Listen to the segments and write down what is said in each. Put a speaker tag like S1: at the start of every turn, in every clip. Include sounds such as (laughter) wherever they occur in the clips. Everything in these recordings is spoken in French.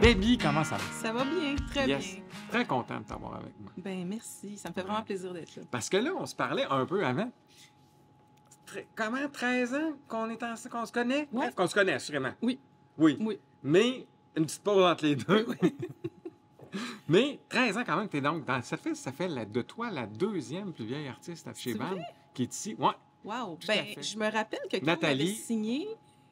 S1: Rémi, comment ça va?
S2: Ça va bien, très
S1: Yes.
S2: bien.
S1: Très content de t'avoir avec moi.
S2: Ben merci, ça me fait vraiment plaisir d'être là.
S1: Parce que là, on se parlait un peu avant. Tre- comment 13 ans qu'on est en- qu'on se connaît?
S2: Ouais.
S1: Bref, Qu'on se connaît, assurément.
S2: Oui.
S1: Oui.
S2: Oui.
S1: Mais une petite pause entre les deux. (laughs) Mais 13 ans quand même que t'es donc dans le service, ça fait la- de toi la deuxième plus vieille artiste à chez
S2: C'est
S1: Bam qui est ici. Ouais.
S2: Wow.
S1: Tout à
S2: Ben
S1: fait.
S2: je me rappelle que quand
S1: Nathalie.
S2: on avait signé,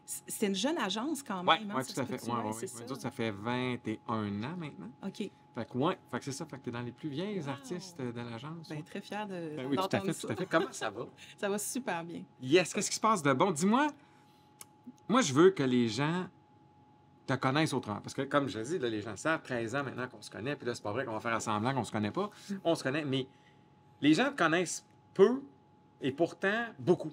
S2: c- c'était une jeune agence quand
S1: Ouais,
S2: même. hein,
S1: ouais,
S2: ça
S1: tout à
S2: se
S1: fait.
S2: peut-tu?
S1: Ouais,
S2: Ouais,
S1: ouais, ouais.
S2: c'est
S1: Nous autres, ça
S2: ça.
S1: fait 21 ans maintenant.
S2: Ok.
S1: Fait que ouais, fait que c'est ça, fait que t'es dans les plus vieilles
S2: Wow.
S1: artistes euh, de l'agence.
S2: Ben
S1: ouais.
S2: très fière de
S1: Ben oui, tout à
S2: d'entendre
S1: fait,
S2: ça.
S1: tout à fait. Comment ça va?
S2: Ça va super bien.
S1: Yes, qu'est-ce qui se passe de bon? Dis-moi, moi, je veux que les gens te connaissent autrement. Parce que, comme je le dis, là, les gens le savent, 13 ans maintenant qu'on se connaît, puis là, c'est pas vrai qu'on va faire à semblant qu'on se connaît pas. On se connaît, mais les gens te connaissent peu et pourtant beaucoup.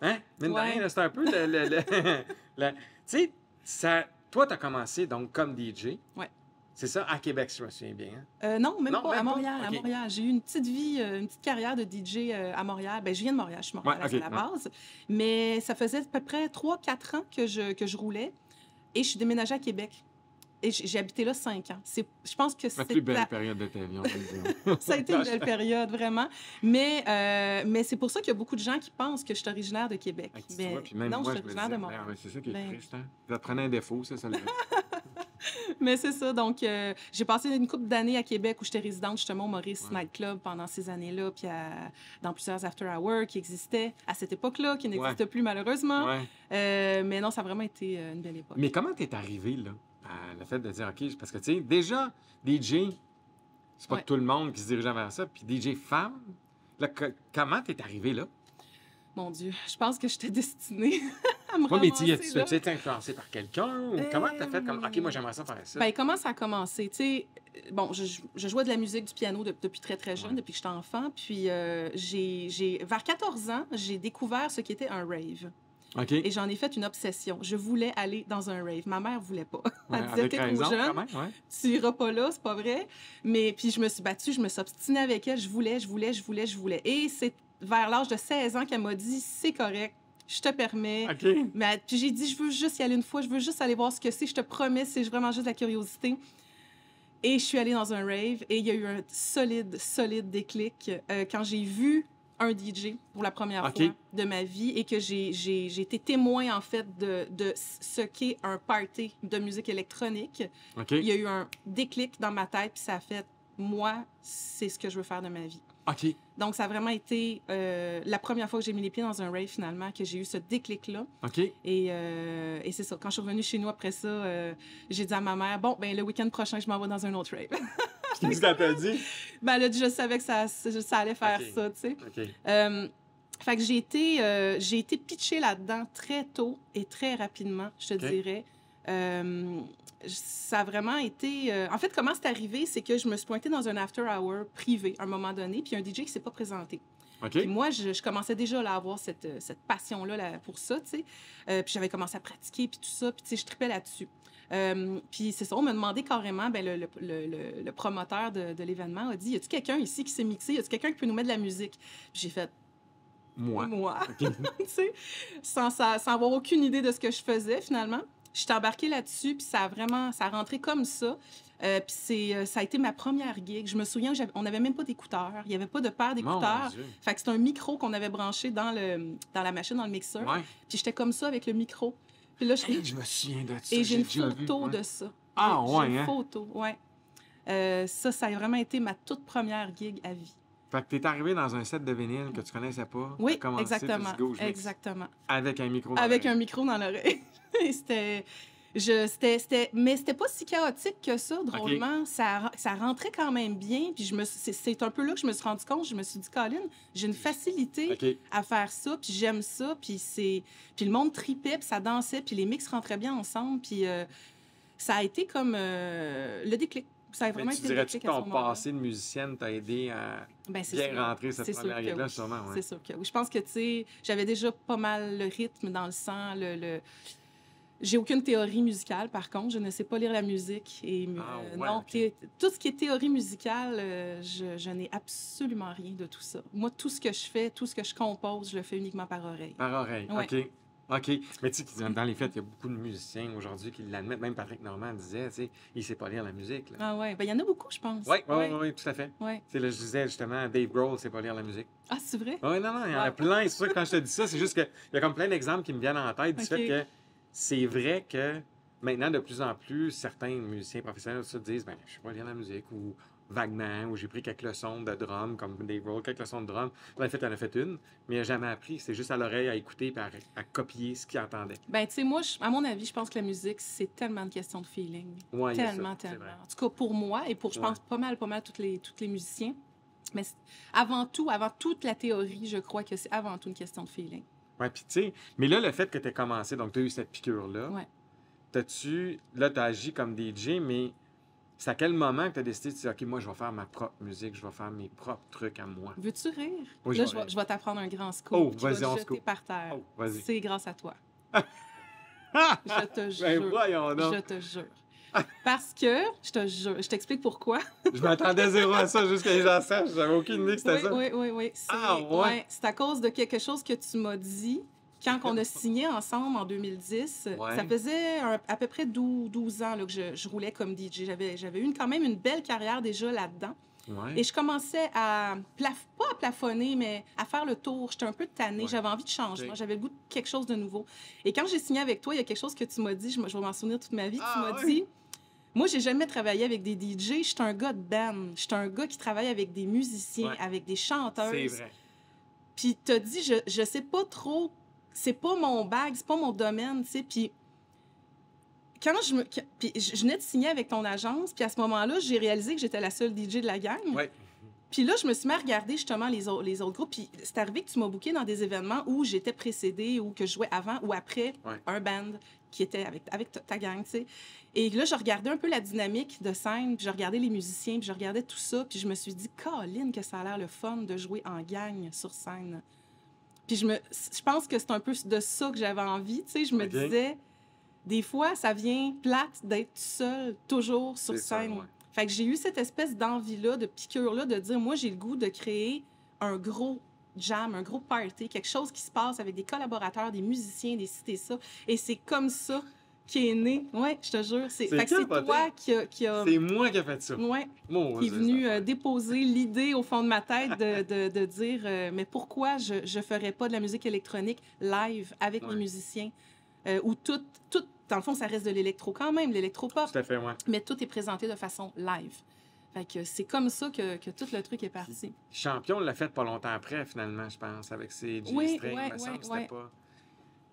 S1: Hein? Mine de
S2: Ouais.
S1: rien, là, c'est un peu le. le- le- (laughs) la- Tu sais, ça- toi, tu as commencé donc comme DJ.
S2: Ouais.
S1: C'est ça, à Québec, si je me souviens bien. hein?
S2: Euh, non, même
S1: Non,
S2: pas
S1: même
S2: à
S1: pas?
S2: Montréal.
S1: Ok.
S2: À Montréal, j'ai eu une petite vie, euh, une petite carrière de DJ euh, à Montréal. Ben, je viens de Montréal, je suis montréalaise
S1: Ouais, ok,
S2: à la
S1: ouais.
S2: base, mais ça faisait à peu près 3-4 ans que je, que je roulais, et je suis déménagée à Québec. Et j- j'ai habité là 5 ans. C'est, je pense que
S1: La
S2: c'est
S1: plus belle
S2: la-
S1: période de ta vie, on peut le dire.
S2: ça a été une belle période, vraiment. Mais, euh, mais c'est pour ça qu'il y a beaucoup de gens qui pensent que je suis originaire de Québec.
S1: Hey, tu
S2: Mais
S1: vois, puis même
S2: Ben, non,
S1: moi,
S2: je
S1: je
S2: suis
S1: me
S2: originaire de
S1: disais,
S2: Montréal.
S1: merde, c'est ça qui est
S2: Ben-
S1: triste, hein? Ça te prenait un défaut, ça,
S2: (laughs)
S1: ça le-
S2: Mais c'est ça. Donc, euh, j'ai passé une couple d'années à Québec où j'étais résidente justement au Maurice
S1: Ouais.
S2: Nightclub pendant ces années-là, puis à- dans plusieurs after hours qui existaient à cette époque-là, qui n'existent plus malheureusement.
S1: Ouais.
S2: Euh, mais non, ça a vraiment été euh, une belle époque.
S1: Mais comment t'es arrivé, là, à le fait de dire, OK, je- parce que, tu sais, déjà, DJ, c'est pas
S2: Ouais.
S1: tout le monde qui se dirigeait vers ça, puis DJ femme, là, que- comment t'es arrivé, là?
S2: Mon Dieu, je pense que j'étais destinée (laughs) à me
S1: Moi, mais tu y
S2: ramasser
S1: as-tu
S2: là.
S1: tu été influencé par quelqu'un? Ou comment t'as fait comme,
S2: Euh,
S1: OK, moi, j'aimerais ça faire ça?
S2: Ben, comment ça a commencé? Tu sais, euh, bon, je, je jouais de la musique, du piano de- depuis très, très jeune,
S1: Ouais.
S2: depuis que j'étais enfant. Puis, euh, j'ai, j'ai- vers 14 ans, j'ai découvert ce qu'était un rave.
S1: OK.
S2: Et j'en ai fait une obsession. Je voulais aller dans un rave. Ma mère voulait pas. (laughs)
S1: Ouais,
S2: Elle disait,
S1: avec
S2: t'es
S1: raison,
S2: trop
S1: quand
S2: jeune,
S1: même, ouais.
S2: tu iras pas là, c'est pas vrai. Mais puis je me suis battue, je me suis obstinée avec elle. Je voulais, je voulais, je voulais, je voulais. Et c'est vers l'âge de 16 ans qu'elle m'a dit, c'est correct, je te permets.
S1: OK.
S2: Mais elle- puis j'ai dit, je veux juste y aller une fois, je veux juste aller voir ce que c'est, je te promets, c'est vraiment juste de la curiosité. Et je suis allée dans un rave et il y a eu un solide, solide déclic euh, quand j'ai vu un DJ pour la première
S1: Ok.
S2: fois de ma vie et que j'ai- j'ai j'ai été témoin, en fait, de, de ce qu'est un party de musique électronique.
S1: OK.
S2: Il y a eu un déclic dans ma tête puis ça a fait, moi, c'est ce que je veux faire de ma vie.
S1: OK.
S2: Donc, ça a vraiment été euh, la première fois que j'ai mis les pieds dans un rave, finalement, que j'ai eu ce déclic-là.
S1: OK.
S2: Et, euh, et c'est ça. Quand je suis revenue chez nous après ça, euh, j'ai dit à ma mère, bon, ben le week-end prochain, je m'en vais dans un autre rave. (laughs)
S1: Tu dis t'as dit?
S2: ben elle a dit, je savais que ça, ça allait faire
S1: Ok.
S2: ça, tu sais.
S1: OK.
S2: Euh, fait que j'ai été, euh, j'ai été pitchée là-dedans très tôt et très rapidement, je te
S1: Ok.
S2: dirais. Euh, ça a vraiment été... euh, En fait, comment c'est arrivé, c'est que je me suis pointée dans un after-hour privé à un moment donné, puis il y a un DJ qui s'est pas présenté.
S1: OK.
S2: Puis moi, je, je commençais déjà là, à avoir cette, euh, cette passion-là là, pour ça, tu sais. Euh, puis j'avais commencé à pratiquer, puis tout ça, puis tu sais, je tripais là-dessus. Euh, puis c'est ça, on m'a demandé carrément, ben, le, le- le- le- le promoteur de, de l'événement a dit, y a-tu quelqu'un ici qui s'est mixé? Y a-tu quelqu'un qui peut nous mettre de la musique? Puis j'ai fait,
S1: Moi.
S2: moi,
S1: OK.
S2: (laughs) tu sais, sans, sa- sans avoir aucune idée de ce que je faisais finalement. Je suis embarquée là-dessus, puis ça a vraiment, ça a rentré comme ça. Euh, puis c'est, euh, ça a été ma première gig. Je me souviens, que j'avais- on n'avait même pas d'écouteurs. Il n'y avait pas de paire d'écouteurs.
S1: Mon Dieu.
S2: Fait que c'est un micro qu'on avait branché dans, le, dans la machine, dans le mixeur.
S1: Ouais.
S2: Puis j'étais comme ça avec le micro. Puis là, je...
S1: Hey, je me souviens de ça.
S2: Et j'ai une
S1: déjà vu,
S2: photo
S1: ouais.
S2: de ça.
S1: Ah,
S2: J'ai- j'ai
S1: ouais,
S2: une
S1: hein?
S2: photo, ouais. Euh, ça, ça a vraiment été ma toute première gig à vie.
S1: Fait que t'es arrivé dans un set de vinyle que tu connaissais pas. t'as
S2: Oui,
S1: commencé, t'as dit,
S2: exactement.
S1: Go, je mixe.
S2: exactement.
S1: Avec un micro. dans
S2: Avec un
S1: l'oreille.
S2: micro dans l'oreille. (laughs) Et c'était. Je, c'était, c'était, mais c'était pas si chaotique que ça, drôlement. Ça, ça rentrait quand même bien. Puis je me, suis- c'est, c'est un peu là que je me suis rendu compte. Je me suis dit, Colin, j'ai une facilité
S1: OK.
S2: à faire ça, puis j'aime ça, puis c'est puis le monde tripait, puis ça dansait, puis les mix rentraient bien ensemble, puis euh, ça a été comme euh, le déclic. Ça a
S1: Mais
S2: vraiment
S1: tu
S2: été le
S1: dirais-tu
S2: déclic
S1: que
S2: à ce
S1: ton
S2: moment-là.
S1: passé de musicienne t'a aidé à
S2: Ben, c'est
S1: bien
S2: sûr.
S1: rentrer cette
S2: C'est sûr
S1: première
S2: que
S1: gig-là,
S2: oui.
S1: sûrement?
S2: C'est
S1: Ouais.
S2: sûr que oui. Je pense que, tu sais, j'avais déjà pas mal le rythme dans le sang. Le, le- J'ai aucune théorie musicale, par contre. Je ne sais pas lire la musique. Et,
S1: Ah,
S2: euh,
S1: ouais,
S2: non,
S1: ok.
S2: thé- tout ce qui est théorie musicale, euh, je, je n'ai absolument rien de tout ça. Moi, tout ce que je fais, tout ce que je compose, je le fais uniquement par oreille.
S1: Par oreille.
S2: Ouais.
S1: OK. OK. Mais tu sais, dans les fêtes, il y a beaucoup de musiciens aujourd'hui qui l'admettent. Même Patrick Normand disait, tu sais, il sait pas lire la musique. là.
S2: Ah ouais, ben, il y en a beaucoup, je pense.
S1: Oui, oui,
S2: Ouais.
S1: oui, tout à fait.
S2: Ouais.
S1: Tu sais, là, je disais justement, Dave Grohl sait pas lire la musique.
S2: Ah, c'est vrai?
S1: Oui, non, non, il y en a
S2: Ouais.
S1: plein. C'est sûr que quand je te dis ça, c'est juste qu'il y a comme plein d'exemples qui me viennent en tête du
S2: Ok.
S1: fait que c'est vrai que maintenant, de plus en plus, certains musiciens professionnels se disent ben, je sais pas lire la musique ou vaguement, ou j'ai pris quelques leçons de drum, comme Dave Roll, quelques leçons de drum. Ben, En fait, en a fait une, mais il n'a jamais appris. C'est juste à l'oreille à écouter et à, à copier ce qu'il entendait.
S2: Ben, tu sais, moi, je- à mon avis, je pense que la musique, c'est tellement une question de feeling.
S1: Ouais, Ah, il y a ça,
S2: tellement,
S1: c'est
S2: tellement.
S1: vrai.
S2: En tout cas, pour moi et pour, je pense, pas mal, pas mal tous les, toutes les musiciens. Mais c'est- avant tout, avant toute la théorie, je crois que c'est avant tout une question de feeling.
S1: Ouais, puis tu sais, mais là, le fait que tu commencé, donc tu as eu cette piqûre-là,
S2: Ouais.
S1: t'as-tu, là, tu as agi comme DJ, mais c'est à quel moment que tu as décidé de dire, OK, moi, je vais faire ma propre musique, je vais faire mes propres trucs à moi?
S2: Veux-tu rire?
S1: Oui,
S2: là,
S1: je
S2: je
S1: vais
S2: vais, je vais t'apprendre un grand scoop.
S1: Oh,
S2: Tu vas
S1: vas-y,
S2: te
S1: on se
S2: jeter
S1: coupe.
S2: par terre.
S1: Oh, vas-y.
S2: C'est grâce à toi.
S1: (laughs) Ah!
S2: Je te jure.
S1: ben voyons
S2: je
S1: donc!
S2: te jure. Parce que, je te jure, je t'explique pourquoi.
S1: Je m'attendais zéro à ça jusqu'à les gens sachent. J'avais aucune idée que c'était
S2: Oui,
S1: ça.
S2: oui, oui, oui. C'est
S1: Ah, ouais.
S2: c'est à cause de quelque chose que tu m'as dit quand on a signé ensemble en 2010.
S1: Ouais.
S2: Ça faisait un- à peu près 12, 12 ans là, que je, je roulais comme DJ. J'avais j'avais eu une- quand même une belle carrière déjà là-dedans.
S1: Ouais.
S2: Et je commençais à, plaf- pas à plafonner, mais à faire le tour. J'étais un peu tannée,
S1: Ouais.
S2: j'avais envie de changement,
S1: Ok.
S2: j'avais le goût de quelque chose de nouveau. Et quand j'ai signé avec toi, il y a quelque chose que tu m'as dit, je, me- je vais m'en souvenir toute ma vie,
S1: Ah,
S2: tu m'as
S1: ouais.
S2: dit... Moi, j'ai jamais travaillé avec des DJ. Je suis un gars de band. Je suis un gars qui travaille avec des musiciens,
S1: Ouais.
S2: avec des
S1: C'est
S2: chanteuses.
S1: vrai.
S2: Puis t'as dit, je, je sais pas trop, c'est pas mon bag, c'est pas mon domaine, tu sais. Puis quand je me. que- Puis je je venais de signer avec ton agence, puis à ce moment-là, j'ai réalisé que j'étais la seule DJ de la gang.
S1: Ouais.
S2: Puis là, je me suis mis à regarder justement les, au- les autres groupes. Puis c'est arrivé que tu m'as booké dans des événements où j'étais précédée ou que je jouais avant ou après
S1: Ouais.
S2: un band qui était avec, avec ta- ta gang, tu sais. Et là, je regardais un peu la dynamique de scène, puis je regardais les musiciens, puis je regardais tout ça, puis je me suis dit, Colin, que ça a l'air le fun de jouer en gang sur scène. Puis je, me, je pense que c'est un peu de ça que j'avais envie, tu sais. Je me
S1: Ok.
S2: disais, des fois, ça vient plate d'être seul, toujours sur
S1: C'est ça,
S2: scène.
S1: ouais.
S2: Fait que j'ai eu cette espèce d'envie-là, de piqûre-là, de dire, moi, j'ai le goût de créer un gros jam, un gros party, quelque chose qui se passe avec des collaborateurs, des musiciens, des cités ça. Et c'est comme ça qu'est né. Ouais, je te jure. C'est
S1: C'est
S2: fait que c'est
S1: capoté.
S2: toi qui a, qui a-
S1: C'est moi qui ai fait ça.
S2: ouais,
S1: Mon
S2: qui est
S1: Dieu,
S2: venu
S1: ça.
S2: euh, déposer l'idée au fond de ma tête de, de- de dire euh, mais pourquoi je ne ferais pas de la musique électronique live avec
S1: Ouais.
S2: mes musiciens euh, où tout, tout, dans le fond, ça reste de l'électro quand même, l'électropop,
S1: Tout à fait, ouais.
S2: mais tout est présenté de façon live. Fait que c'est comme ça que, que tout le truc est parti.
S1: Champion l'a fait pas longtemps après, finalement, je pense, avec ses G-strings.
S2: Oui,
S1: il
S2: ouais,
S1: me semble,
S2: ouais,
S1: c'était
S2: ouais.
S1: pas...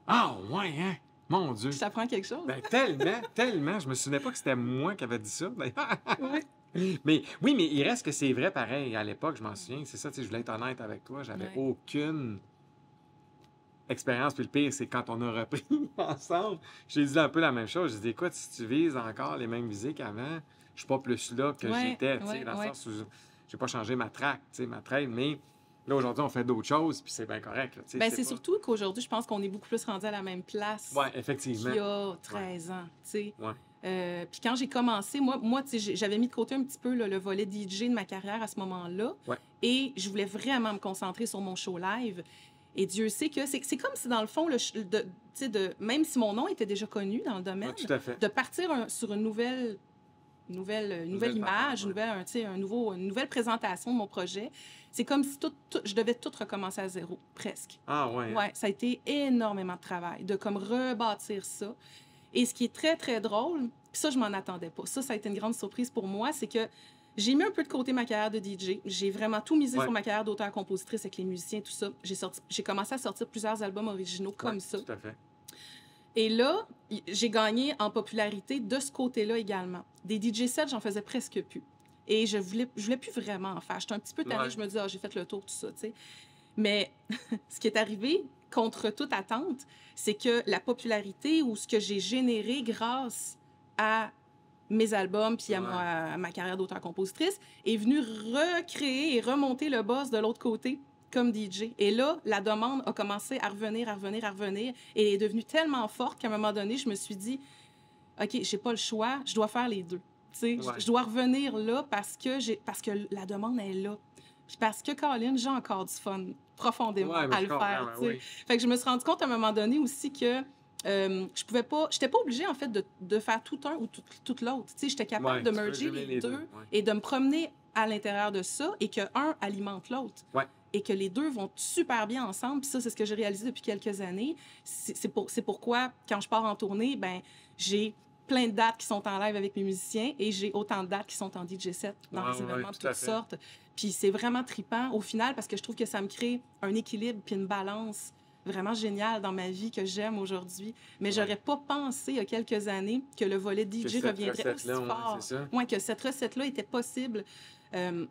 S1: Ah, ouais, hein? Mon Dieu!
S2: Ça prend
S1: (laughs)
S2: quelque chose?
S1: Ben, tellement, tellement. Je me souvenais pas que c'était moi qui avais dit ça, d'ailleurs.
S2: Oui.
S1: Mais oui, mais il reste que c'est vrai pareil. À l'époque, je m'en souviens, c'est ça, tu sais, je voulais être honnête avec toi. J'avais
S2: Ouais.
S1: aucune expérience. Puis le pire, c'est quand on a repris (laughs) ensemble, j'ai dit un peu la même chose. J'ai dit, écoute, si tu vises encore les mêmes visées qu'avant, je suis pas plus là que
S2: Ouais,
S1: j'étais, tu sais,
S2: ouais,
S1: dans
S2: ouais.
S1: le sens où j'ai pas changé ma track, tu sais, ma trail, mais là, aujourd'hui, on fait d'autres choses, puis c'est bien correct. là, tu sais,
S2: Ben, c'est
S1: pas-
S2: surtout qu'aujourd'hui, je pense qu'on est beaucoup plus rendu à la même place.
S1: Ouais, effectivement.
S2: qui a 13 ans, tu sais.
S1: Ouais.
S2: Euh, Puis quand j'ai commencé, moi, moi tu sais, j'ai- j'avais mis de côté un petit peu là, le volet DJ de ma carrière à ce moment-là.
S1: Ouais.
S2: Et je voulais vraiment me concentrer sur mon show live. Et Dieu sait que c'est c'est comme si, dans le fond, le ch- de, tu sais, de, même si mon nom était déjà connu dans le domaine,
S1: Ouais, tout à fait.
S2: de partir un- sur une nouvelle nouvelle, euh, nouvelle,
S1: Nouvelle patente,
S2: image,
S1: ouais.
S2: nouvelle, un, tu sais, un nouveau, une nouvelle présentation de mon projet, c'est comme si tout- tout, je devais tout recommencer à zéro, presque.
S1: Ah, ouais.
S2: Ouais, ça a été énormément de travail de comme rebâtir ça. Et ce qui est très très drôle, puis ça je m'en attendais pas. Ça ça a été une grande surprise pour moi, c'est que j'ai mis un peu de côté ma carrière de DJ. J'ai vraiment tout misé
S1: Ouais.
S2: sur ma carrière d'auteur-compositrice avec les musiciens, tout ça. J'ai sorti, j'ai commencé à sortir plusieurs albums originaux comme
S1: Ouais,
S2: ça.
S1: Tout à fait.
S2: Et là, y- j'ai gagné en popularité de ce côté-là également. Des DJ sets, j'en faisais presque plus. Et je voulais, je voulais plus vraiment en faire. J'étais un petit peu tannée.
S1: Ouais.
S2: Je me disais, Ah, j'ai fait le tour, tout ça, tu sais. Mais (laughs) ce qui est arrivé, contre toute attente, c'est que la popularité ou ce que j'ai généré grâce à mes albums puis à,
S1: Ouais.
S2: moi- à ma carrière d'auteur-compositrice est venu recréer et remonter le boss de l'autre côté comme DJ. Et là, la demande a commencé à revenir, à revenir, à revenir et est devenue tellement forte qu'à un moment donné, je me suis dit, OK, j'ai pas le choix, je dois faire les deux. Tu sais,
S1: Ouais.
S2: Je je dois revenir là parce que, j'ai- parce que la demande est là. Puis parce que, Colin, j'ai encore du fun profondément
S1: Ouais, mais
S2: à
S1: je
S2: le
S1: comprends,
S2: faire.
S1: ouais,
S2: tu sais.
S1: oui.
S2: Fait que je me suis rendu compte à un moment donné aussi que euh, je pouvais pas, j'étais pas obligée en fait de, de faire tout un ou tout, tout l'autre. Tu sais, j'étais capable
S1: Ouais,
S2: de
S1: tu peux
S2: merger
S1: jumeler
S2: les,
S1: les
S2: deux,
S1: deux, ouais.
S2: et de me promener à l'intérieur de ça et que un alimente l'autre.
S1: Ouais.
S2: Et que les deux vont super bien ensemble. Puis ça, c'est ce que j'ai réalisé depuis quelques années. C'est c'est pour- c'est pourquoi, quand je pars en tournée, ben j'ai plein de dates qui sont en live avec mes musiciens et j'ai autant de dates qui sont en DJ7 dans
S1: Ouais,
S2: les
S1: ouais,
S2: événements de
S1: tout à
S2: toutes
S1: fait.
S2: sortes. Puis c'est vraiment tripant au final parce que je trouve que ça me crée un équilibre puis une balance vraiment géniale dans ma vie que j'aime aujourd'hui. Mais
S1: Ouais.
S2: j'aurais pas pensé il y a quelques années que le volet
S1: Que
S2: DJ
S1: cette
S2: reviendrait aussi
S1: recette-là, ouais,
S2: fort.
S1: c'est ça.
S2: Ouais, que cette recette-là était possible. Euh,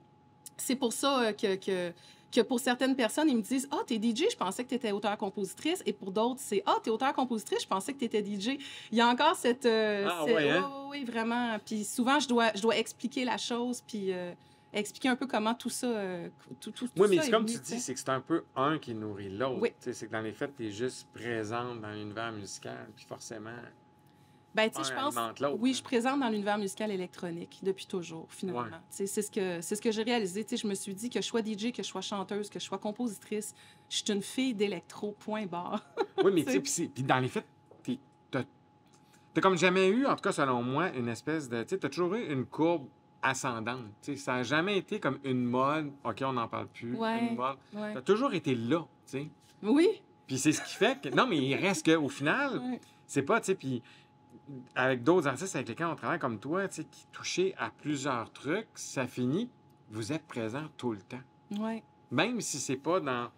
S2: c'est pour ça euh, que, que, que pour certaines personnes, ils me disent Ah, t'es DJ, je pensais que t'étais auteur-compositrice. Et pour d'autres, c'est Ah, t'es auteur-compositrice, je pensais que t'étais DJ. Il y a encore cette. euh,
S1: Ah,
S2: cette-
S1: ouais, hein?
S2: ouais, ouais, vraiment. Puis souvent, je dois, je dois expliquer la chose, puis euh, expliquer un peu comment tout ça. euh, tout, tout, tout
S1: Oui, mais
S2: ça
S1: c'est
S2: est
S1: comme
S2: venu,
S1: tu
S2: tu sais.
S1: dis, c'est que c'est un peu un qui nourrit l'autre.
S2: Oui.
S1: Tu sais, C'est que dans les faits, tu es juste présente dans l'univers musical, puis forcément,
S2: Ben, tu
S1: un
S2: sais, je pense.
S1: alimente l'autre. hein.
S2: Oui, je suis présente dans l'univers musical électronique depuis toujours, finalement.
S1: Ouais.
S2: Tu sais, C'est ce que, c'est ce que j'ai réalisé. Tu sais, Je me suis dit que je sois DJ, que je sois chanteuse, que je sois compositrice, je suis une fille d'électro, point barre.
S1: Oui, mais tu
S2: C'est-
S1: sais, puis c'est- puis dans les faits, t'es- t'as t'as comme jamais eu, en tout cas selon moi, une espèce de. Tu sais, t'as toujours eu une courbe ascendante. Tu sais, ça n'a jamais été comme une mode, OK, on n'en parle plus,
S2: Ouais.
S1: une mode. T'as toujours été là, tu sais.
S2: Oui.
S1: Puis c'est ce qui fait que. Non, mais il reste qu'au final,
S2: Ouais.
S1: c'est pas, tu sais, puis avec d'autres artistes avec lesquels on travaille comme toi, tu sais, qui touchez à plusieurs trucs, ça finit, vous êtes présent tout le temps.
S2: Ouais.
S1: Même si c'est pas dans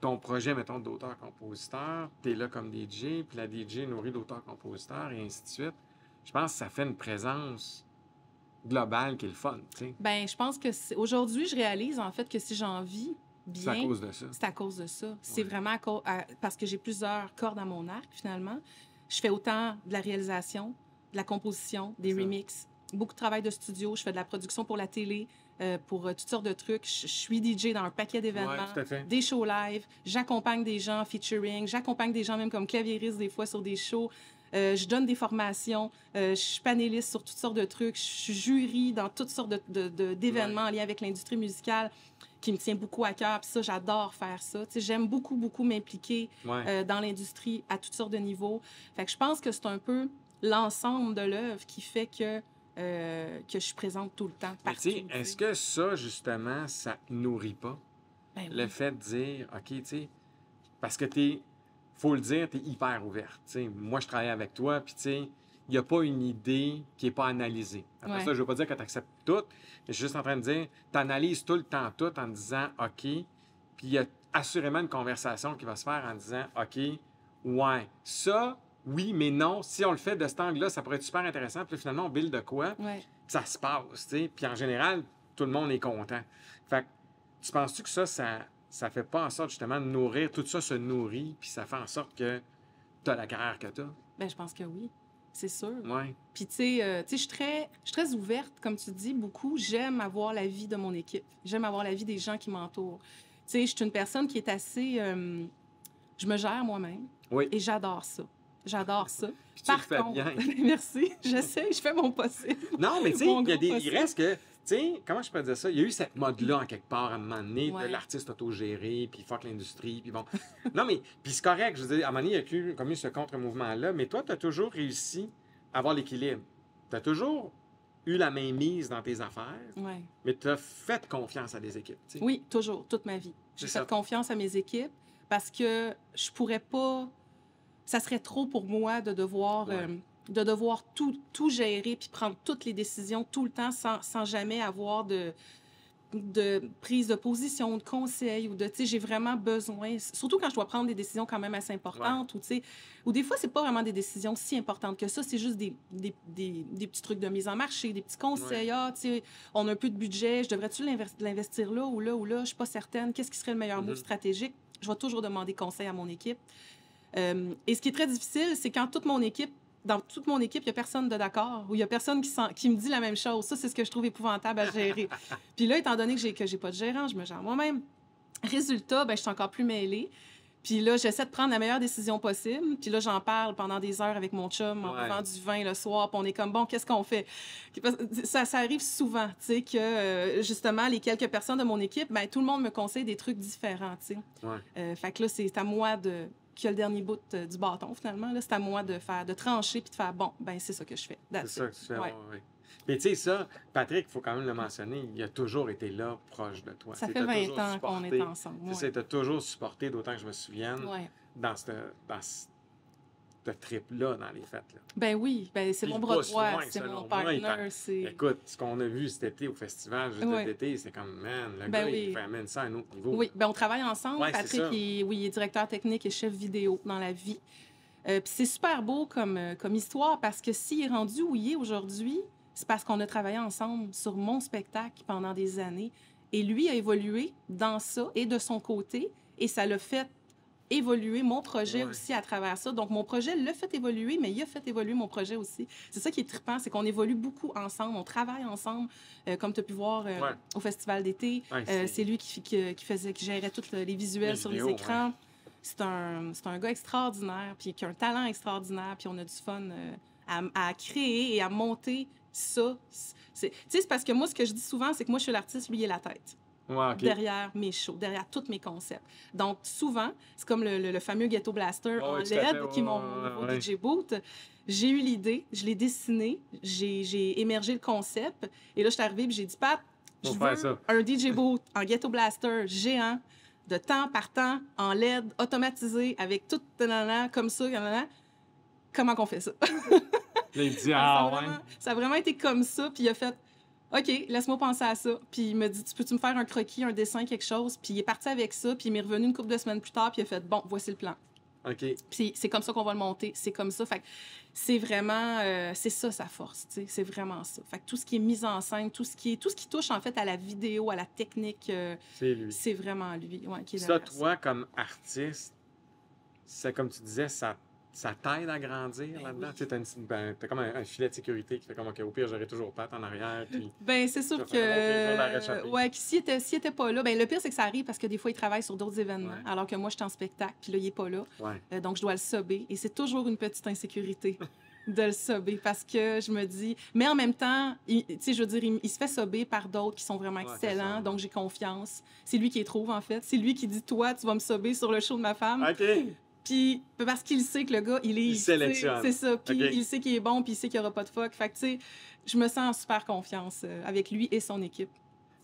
S1: ton projet, mettons, d'auteur-compositeur, t'es là comme DJ, puis la DJ nourrit l'auteur-compositeur, et ainsi de suite. Je pense que ça fait une présence globale qui est le fun, tu sais.
S2: Ben, je pense que c'est- aujourd'hui, je réalise en fait que si j'en vis
S1: C'est à
S2: bien,
S1: cause de ça.
S2: C'est à cause de ça. C'est
S1: Ouais.
S2: vraiment à cau- à- parce que j'ai plusieurs cordes à mon arc, finalement. Je fais autant de la réalisation, de la composition, des
S1: C'est ça.
S2: remixes, beaucoup de travail de studio. Je fais de la production pour la télé, euh, pour euh, toutes sortes de trucs. Je, je suis DJ dans un paquet d'événements,
S1: Ouais, tout à fait.
S2: des shows live. J'accompagne des gens en featuring. J'accompagne des gens même comme claviériste des fois sur des shows. Euh, je donne des formations, euh, je suis panéliste sur toutes sortes de trucs, je suis jury dans toutes sortes de- de- de- d'événements liés avec l'industrie musicale qui me tient beaucoup à cœur. Puis ça, j'adore faire ça. Tu sais, J'aime beaucoup, beaucoup m'impliquer
S1: Ouais.
S2: euh, dans l'industrie à toutes sortes de niveaux. Fait que je pense que c'est un peu l'ensemble de l'œuvre qui fait que, euh, que je suis présente tout le temps.
S1: Mais tu sais,
S2: partout, tu sais.
S1: est-ce que ça, justement, ça nourrit pas?
S2: Ben oui.
S1: le fait de dire, OK, tu sais, parce que t'es, faut le dire, t'es hyper ouverte. tu sais. Moi, je travaille avec toi, puis tu sais, il n'y a pas une idée qui n'est pas analysée. Après
S2: Ouais.
S1: ça, je ne veux pas dire que tu acceptes tout, mais je suis juste en train de dire, tu analyses tout le temps tout en disant, OK, puis il y a assurément une conversation qui va se faire en disant, OK, ouais, ça, oui, mais non, si on le fait de cet angle-là, ça pourrait être super intéressant, puis finalement, on build de quoi?
S2: Ouais.
S1: ça se passe, tu sais. Puis en général, tout le monde est content. Fait que, tu penses-tu que ça, ça, ça fait pas en sorte justement de nourrir, tout ça se nourrit, puis ça fait en sorte que t'as la carrière que t'as?
S2: Ben, je pense que oui, c'est sûr.
S1: Ouais.
S2: Puis, tu sais, euh, tu sais, je suis très, je suis très ouverte, comme tu dis, beaucoup. J'aime avoir la vie de mon équipe. J'aime avoir la vie des gens qui m'entourent. Tu sais, je suis une personne qui est assez... euh, je me gère moi-même
S1: Oui.
S2: et j'adore ça. J'adore ça.
S1: Puis tu
S2: Par
S1: le fais
S2: contre,
S1: bien.
S2: (laughs) merci, j'essaie, je fais mon possible.
S1: Non,
S2: (laughs)
S1: mais tu sais,
S2: Mon
S1: il y a
S2: gros
S1: des- il
S2: possible.
S1: reste que, tu sais, comment je peux dire ça? Il y a eu cette mode-là, en quelque part, à un moment donné,
S2: Ouais.
S1: de l'artiste autogéré, puis fuck l'industrie, puis bon. non, mais, puis c'est correct, je veux dire, à un moment donné, il y a eu comme eu ce contre-mouvement-là, mais toi, tu as toujours réussi à avoir l'équilibre. Tu as toujours eu la main mise dans tes affaires.
S2: Ouais.
S1: Mais tu as fait confiance à des équipes. tu sais.
S2: Oui, toujours, toute ma vie. J'ai
S1: C'est ça.
S2: fait confiance à mes équipes parce que je pourrais pas. Ça serait trop pour moi de devoir,
S1: Ouais.
S2: euh, de devoir tout, tout gérer puis prendre toutes les décisions tout le temps sans, sans jamais avoir de, de prise de position, de conseil ou de. Tu sais, j'ai vraiment besoin, surtout quand je dois prendre des décisions quand même assez importantes ou, tu sais, ou des fois, c'est pas vraiment des décisions si importantes que ça, c'est juste des, des, des- des petits trucs de mise en marché, des petits conseils. Ah, tu sais, on a un peu de budget, je devrais-tu l'inver- l'investir là ou là ou là, je suis pas certaine, qu'est-ce qui serait le meilleur
S1: Mhm.
S2: move stratégique? Je vais toujours demander conseil à mon équipe. Euh, et ce qui est très difficile, c'est quand toute mon équipe, dans toute mon équipe, il n'y a personne de d'accord ou il n'y a personne qui, s'en- qui me dit la même chose. Ça, c'est ce que je trouve épouvantable à gérer. Puis là, étant donné que j'ai que j'ai pas de gérant, je me gère moi-même. Résultat, ben, je suis encore plus mêlée. Puis là, j'essaie de prendre la meilleure décision possible. Puis là, j'en parle pendant des heures avec mon chum en
S1: Ouais.
S2: buvant du vin le soir. Puis on est comme, bon, qu'est-ce qu'on fait? Parce que Ça, ça arrive souvent, tu sais, que euh, justement, les quelques personnes de mon équipe, ben, tout le monde me conseille des trucs différents, tu sais.
S1: Ouais.
S2: Euh, fait que là, c'est à moi de qui a le dernier bout euh, du bâton finalement là, c'est à moi de faire de trancher puis de faire bon, ben c'est ça que je fais. That's
S1: C'est
S2: it.
S1: ça que tu fais.
S2: Ouais.
S1: ouais, ouais. Mais tu sais, ça, Patrick, il faut quand même le mentionner, il a toujours été là, proche de toi.
S2: Ça
S1: Tu sais,
S2: fait
S1: t'as
S2: 20
S1: toujours
S2: ans qu'on
S1: supporté.
S2: est ensemble.
S1: Tu
S2: ouais.
S1: sais, t'as toujours supporté, d'autant que je me souvienne,
S2: Ouais.
S1: dans ce dans cette trip-là, dans les fêtes. là.
S2: Ben oui, ben c'est
S1: Puis
S2: mon
S1: il
S2: bras
S1: pousse
S2: droit,
S1: loin,
S2: c'est
S1: selon
S2: mon
S1: moi, il
S2: partner, c'est
S1: Écoute, ce qu'on a vu cet été au festival, juste
S2: Ouais.
S1: l'été, c'est comme, man, le
S2: Ben
S1: gars,
S2: oui.
S1: il fait amène ça à un autre niveau.
S2: Oui,
S1: là.
S2: ben on travaille ensemble.
S1: Ouais, c'est
S2: Patrick,
S1: ça.
S2: il, est- oui, il est directeur technique et chef vidéo dans la vie. Euh, Puis c'est super beau comme, euh, comme histoire parce que s'il est rendu où il est aujourd'hui, c'est parce qu'on a travaillé ensemble sur mon spectacle pendant des années. Et lui a évolué dans ça et de son côté. Et ça l'a fait évoluer mon projet
S1: Ouais.
S2: aussi à travers ça. Donc, mon projet l'a fait évoluer, mais il a fait évoluer mon projet aussi. C'est ça qui est trippant, c'est qu'on évolue beaucoup ensemble, on travaille ensemble, euh, comme tu as pu voir euh,
S1: Ouais.
S2: au Festival d'été.
S1: Ouais,
S2: Euh,
S1: Ah, c'est-
S2: c'est lui qui, qui, qui faisait, qui gérait tous le- les visuels
S1: Les
S2: sur les
S1: vidéos,
S2: écrans. C'est un, c'est un gars extraordinaire, puis qui a un talent extraordinaire, puis on a du fun euh, à, à créer et à monter ça. C'est- Tu sais, c'est parce que moi, ce que je dis souvent, c'est que moi, je suis l'artiste, lui, il est la tête
S1: Ouais, ok.
S2: derrière mes shows, derrière tous mes concepts. Donc, souvent, c'est comme le, le- le fameux Ghetto Blaster
S1: Ouais,
S2: en
S1: ouais, tout à fait,
S2: LED
S1: ouais,
S2: qui est mon,
S1: ouais,
S2: mon
S1: ouais.
S2: DJ Boot. J'ai eu l'idée, je l'ai dessiné, j'ai j'ai émergé le concept. Et là, je suis arrivée et j'ai dit, Pat, je
S1: Faut faire
S2: veux
S1: ça.
S2: un DJ Boot en Ghetto Blaster géant, de temps par temps, en LED, automatisé, avec tout nanana, comme ça, nanana. Comment qu'on fait ça?
S1: Là, il dit,
S2: Ah,
S1: ah,
S2: ça, a
S1: ouais.
S2: vraiment, ça a vraiment été comme ça. Puis il a fait OK, laisse-moi penser à ça. Puis il me dit Tu Peux-tu me faire un croquis, un dessin, quelque chose Puis il est parti avec ça. Puis il m'est revenu une couple de semaines plus tard. Puis il a fait Bon, voici le plan.
S1: OK.
S2: Puis c'est comme ça qu'on va le monter. C'est comme ça. Fait que c'est vraiment. euh, c'est ça sa force. tu sais. C'est vraiment ça. Fait que tout ce qui est mise en scène, tout ce qui, est, tout ce qui touche en fait à la vidéo, à la technique, euh,
S1: C'est lui.
S2: c'est vraiment lui. Ouais, qui est
S1: Ça,
S2: derrière ça.
S1: toi, comme artiste, c'est comme tu disais, ça, ça t'aide à grandir
S2: Ben
S1: là-dedans.
S2: oui.
S1: Tu as, comme un, un filet de sécurité qui fait comme, OK, au pire, j'aurai toujours Pat en arrière.
S2: (laughs)
S1: Puis,
S2: Ben, c'est
S1: Ça
S2: sûr
S1: fait vraiment plaisir de la réchapper.
S2: que. Ouais, que s'il était, s'il était pas là, ben, le pire, c'est que ça arrive parce que des fois, il travaille sur d'autres événements,
S1: Ouais.
S2: alors que moi, je suis en spectacle, puis là, il est pas là.
S1: ouais.
S2: Euh, donc, je dois le sober. Et c'est toujours une
S1: (laughs)
S2: petite insécurité de le sober parce que je me dis. Mais en même temps, il- tu sais, je veux dire, il, il se fait sober par d'autres qui sont vraiment
S1: Ouais, c'est
S2: excellents,
S1: ça.
S2: donc j'ai confiance. C'est lui qui les trouve, en fait. C'est lui qui dit Toi, tu vas me sober sur le show de ma femme.
S1: OK.
S2: Puis parce qu'il sait que le gars, il est.
S1: Il sélectionne.
S2: C'est ça. Puis
S1: Ok.
S2: il sait qu'il est bon, puis il sait qu'il n'y aura pas de fuck. Fait que, tu sais, je me sens en super confiance euh, avec lui et son équipe.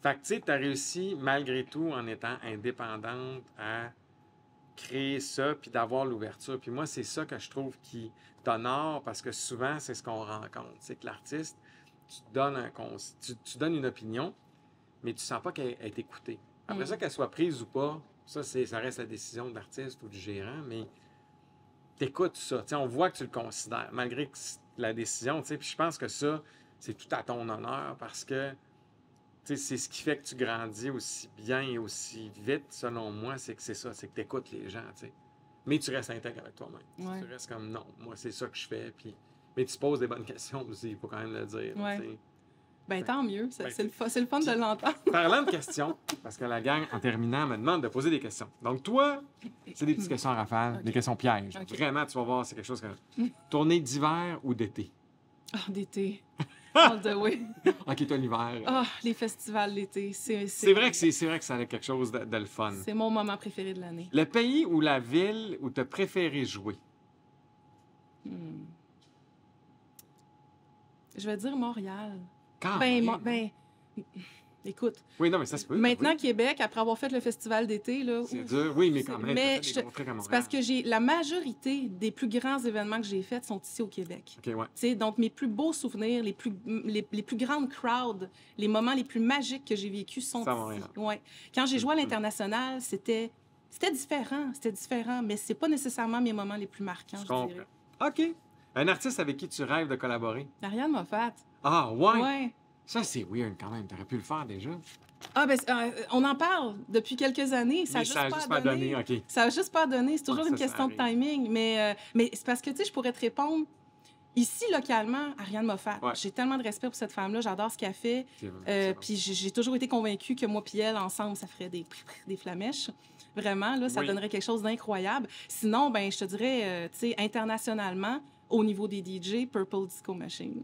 S1: Fait que, tu sais, tu as réussi, malgré tout, en étant indépendante, à créer ça, puis d'avoir l'ouverture. Puis moi, c'est ça que je trouve qui t'honore, parce que souvent, c'est ce qu'on rencontre. C'est que l'artiste, tu donnes, un cons- tu, tu donnes une opinion, mais tu sens pas qu'elle est écoutée. Après
S2: Mm.
S1: ça, qu'elle soit prise ou pas, ça, c'est, ça reste la décision de l'artiste ou du gérant, mais t'écoutes ça. Tu sais, on voit que tu le considères, malgré que c'est la décision, tu sais, puis je pense que ça, c'est tout à ton honneur, parce que tu sais, c'est ce qui fait que tu grandis aussi bien et aussi vite, selon moi, c'est que c'est ça, c'est que tu écoutes les gens, tu sais. Mais tu restes intègre avec toi-même.
S2: Ouais.
S1: Tu restes comme non, moi c'est ça que je fais, puis mais tu poses des bonnes questions aussi, il faut quand même le dire. tu
S2: Ouais.
S1: sais.
S2: Ben, tant mieux. Ça-
S1: Ben,
S2: c'est le, fu- c'est le fun de l'entendre.
S1: Parlant de questions, parce que la gang, en terminant, me demande de poser des questions. Donc toi, c'est des petites questions à rafale,
S2: Ok.
S1: des questions pièges.
S2: Ok.
S1: Vraiment, tu vas voir, c'est quelque chose que... Tournée d'hiver ou d'été?
S2: (laughs) Ah,
S1: (laughs)
S2: d'été. All the way.
S1: Ok, toi l'hiver.
S2: Ah, les festivals l'été. C'est
S1: c'est vrai que c'est c'est vrai que ça a quelque chose de, de le fun.
S2: C'est mon moment préféré de l'année.
S1: Le pays ou la ville où tu as préféré jouer?
S2: Hmm. Je vais dire Montréal.
S1: Quand même.
S2: ben, Mo- ben, (laughs) écoute,
S1: Ah, hein? Oui, non, mais ça se peut.
S2: maintenant
S1: oui.
S2: Québec, après avoir fait le festival d'été, là,
S1: C'est
S2: ouf,
S1: dur, oui, mais quand
S2: c'est-
S1: même.
S2: mais
S1: t'as fait
S2: je
S1: des
S2: te-
S1: gros trucs à
S2: c'est parce que j'ai la majorité des plus grands événements que j'ai faits sont ici au Québec.
S1: Montréal. OK,
S2: Tu sais, donc, mes plus beaux souvenirs, les plus, les, les plus grandes crowds, les moments les plus magiques que j'ai vécu sont
S1: C'est à
S2: ici.
S1: Montréal.
S2: Ouais. Quand j'ai joué à
S1: Mhm.
S2: l'international, c'était c'était différent, c'était différent, mais c'est pas nécessairement mes moments les plus marquants,
S1: ouais. Je
S2: je dirais.
S1: comprends. OK. Un artiste avec qui tu rêves de collaborer?
S2: Ariane Moffat,
S1: Ah, ouais.
S2: ouais.
S1: Ça, c'est weird quand même. T'aurais pu le faire déjà.
S2: Ah, ben, c'est- euh, on en parle depuis quelques années, ça
S1: Mais
S2: n'a
S1: ça a juste pas donné. OK.
S2: Ça a juste pas donné. C'est toujours
S1: Ouais,
S2: une
S1: ça, ça
S2: question de
S1: arrive.
S2: timing. Mais, euh, mais c'est parce que, tu sais, je pourrais te répondre. Ici, localement, Ariane Moffat.
S1: Ouais.
S2: J'ai tellement de respect pour cette femme-là. J'adore ce qu'elle fait.
S1: C'est vrai,
S2: Euh,
S1: c'est bon.
S2: Puis j'ai j'ai toujours été convaincue que moi puis elle, ensemble, ça ferait des, (laughs) des flamèches. Vraiment, là, ça
S1: Oui.
S2: donnerait quelque chose d'incroyable. Sinon, ben, je te dirais, euh, tu sais, internationalement, au niveau des DJ, Purple Disco Machine,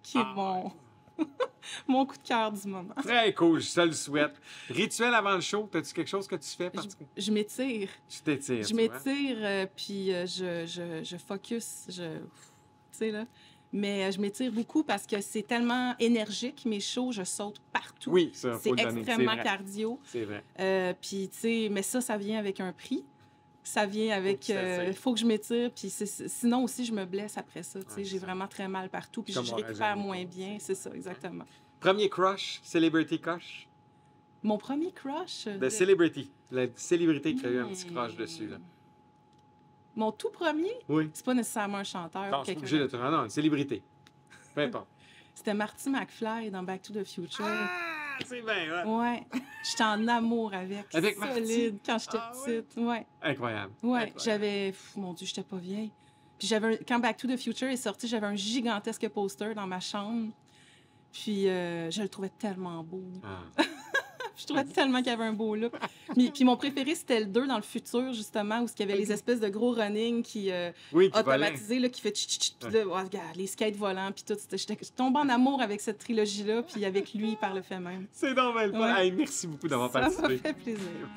S2: qui
S1: Ah,
S2: est mon, (laughs) mon coup de cœur du moment.
S1: Très cool, je te le souhaite. Rituel avant le show, as-tu quelque chose que tu fais particulier?
S2: Je m'étire,
S1: Je t'étire.
S2: je
S1: tu vois.
S2: m'étire, euh, puis euh, je, je, je focus, je... Tu sais, là. Mais euh, je m'étire beaucoup parce que c'est tellement énergique, mes shows, je saute partout.
S1: Oui, ça,
S2: c'est
S1: faut le donner. C'est
S2: extrêmement
S1: vrai,
S2: cardio.
S1: C'est vrai.
S2: Euh, puis, tu sais, mais ça, ça vient avec un prix. Ça vient avec.
S1: que tu
S2: euh,
S1: t'essayes.
S2: faut que je m'étire. Puis, c'est- c'est- sinon aussi, je me blesse après ça. Tu sais,
S1: Ouais,
S2: j'ai
S1: ça.
S2: vraiment très mal partout. Puis, je
S1: Comme
S2: je
S1: on rajoute
S2: récupère
S1: les
S2: moins
S1: choses.
S2: bien. C'est ça, exactement.
S1: Premier crush, celebrity crush.
S2: Mon premier crush.
S1: De
S2: de-
S1: celebrity. La célébrité qui a eu un petit crush
S2: Hmm.
S1: dessus. Là.
S2: Mon tout premier,
S1: Oui.
S2: c'est pas nécessairement un chanteur.
S1: Non,
S2: ou
S1: je suis
S2: quelqu'un
S1: pas obligé de te rendre. Non, une célébrité. Peu importe.
S2: C'était Marty McFly dans Back to the Future.
S1: Ah, c'est bien. ouais.
S2: Ouais. J'étais en amour avec.
S1: Avec Marty?
S2: Solide quand j'étais
S1: Ah ouais?
S2: petite. Ouais.
S1: Incroyable.
S2: Ouais,
S1: Incroyable.
S2: j'avais. pff, Mon Dieu, j'étais pas vieille. Puis j'avais. un- Quand Back to the Future est sorti, j'avais un gigantesque poster dans ma chambre. Puis euh, je le trouvais tellement beau.
S1: Ah.
S2: Je trouvais tellement qu'il y avait un
S1: (laughs)
S2: beau look. Mais, puis mon préféré, c'était le 2 dans le futur, justement, où il y avait les espèces de gros running qui, euh,
S1: Oui, qui volait.
S2: automatisés, là, qui fait tch, tch, tch, puis là, oh, regarde, les skates volants, puis tout. C'était- J'étais tombée en amour avec cette trilogie-là, puis avec lui par le fait même.
S1: C'est normal.
S2: Ouais.
S1: merci beaucoup d'avoir
S2: Ça m'a
S1: participé.
S2: fait plaisir.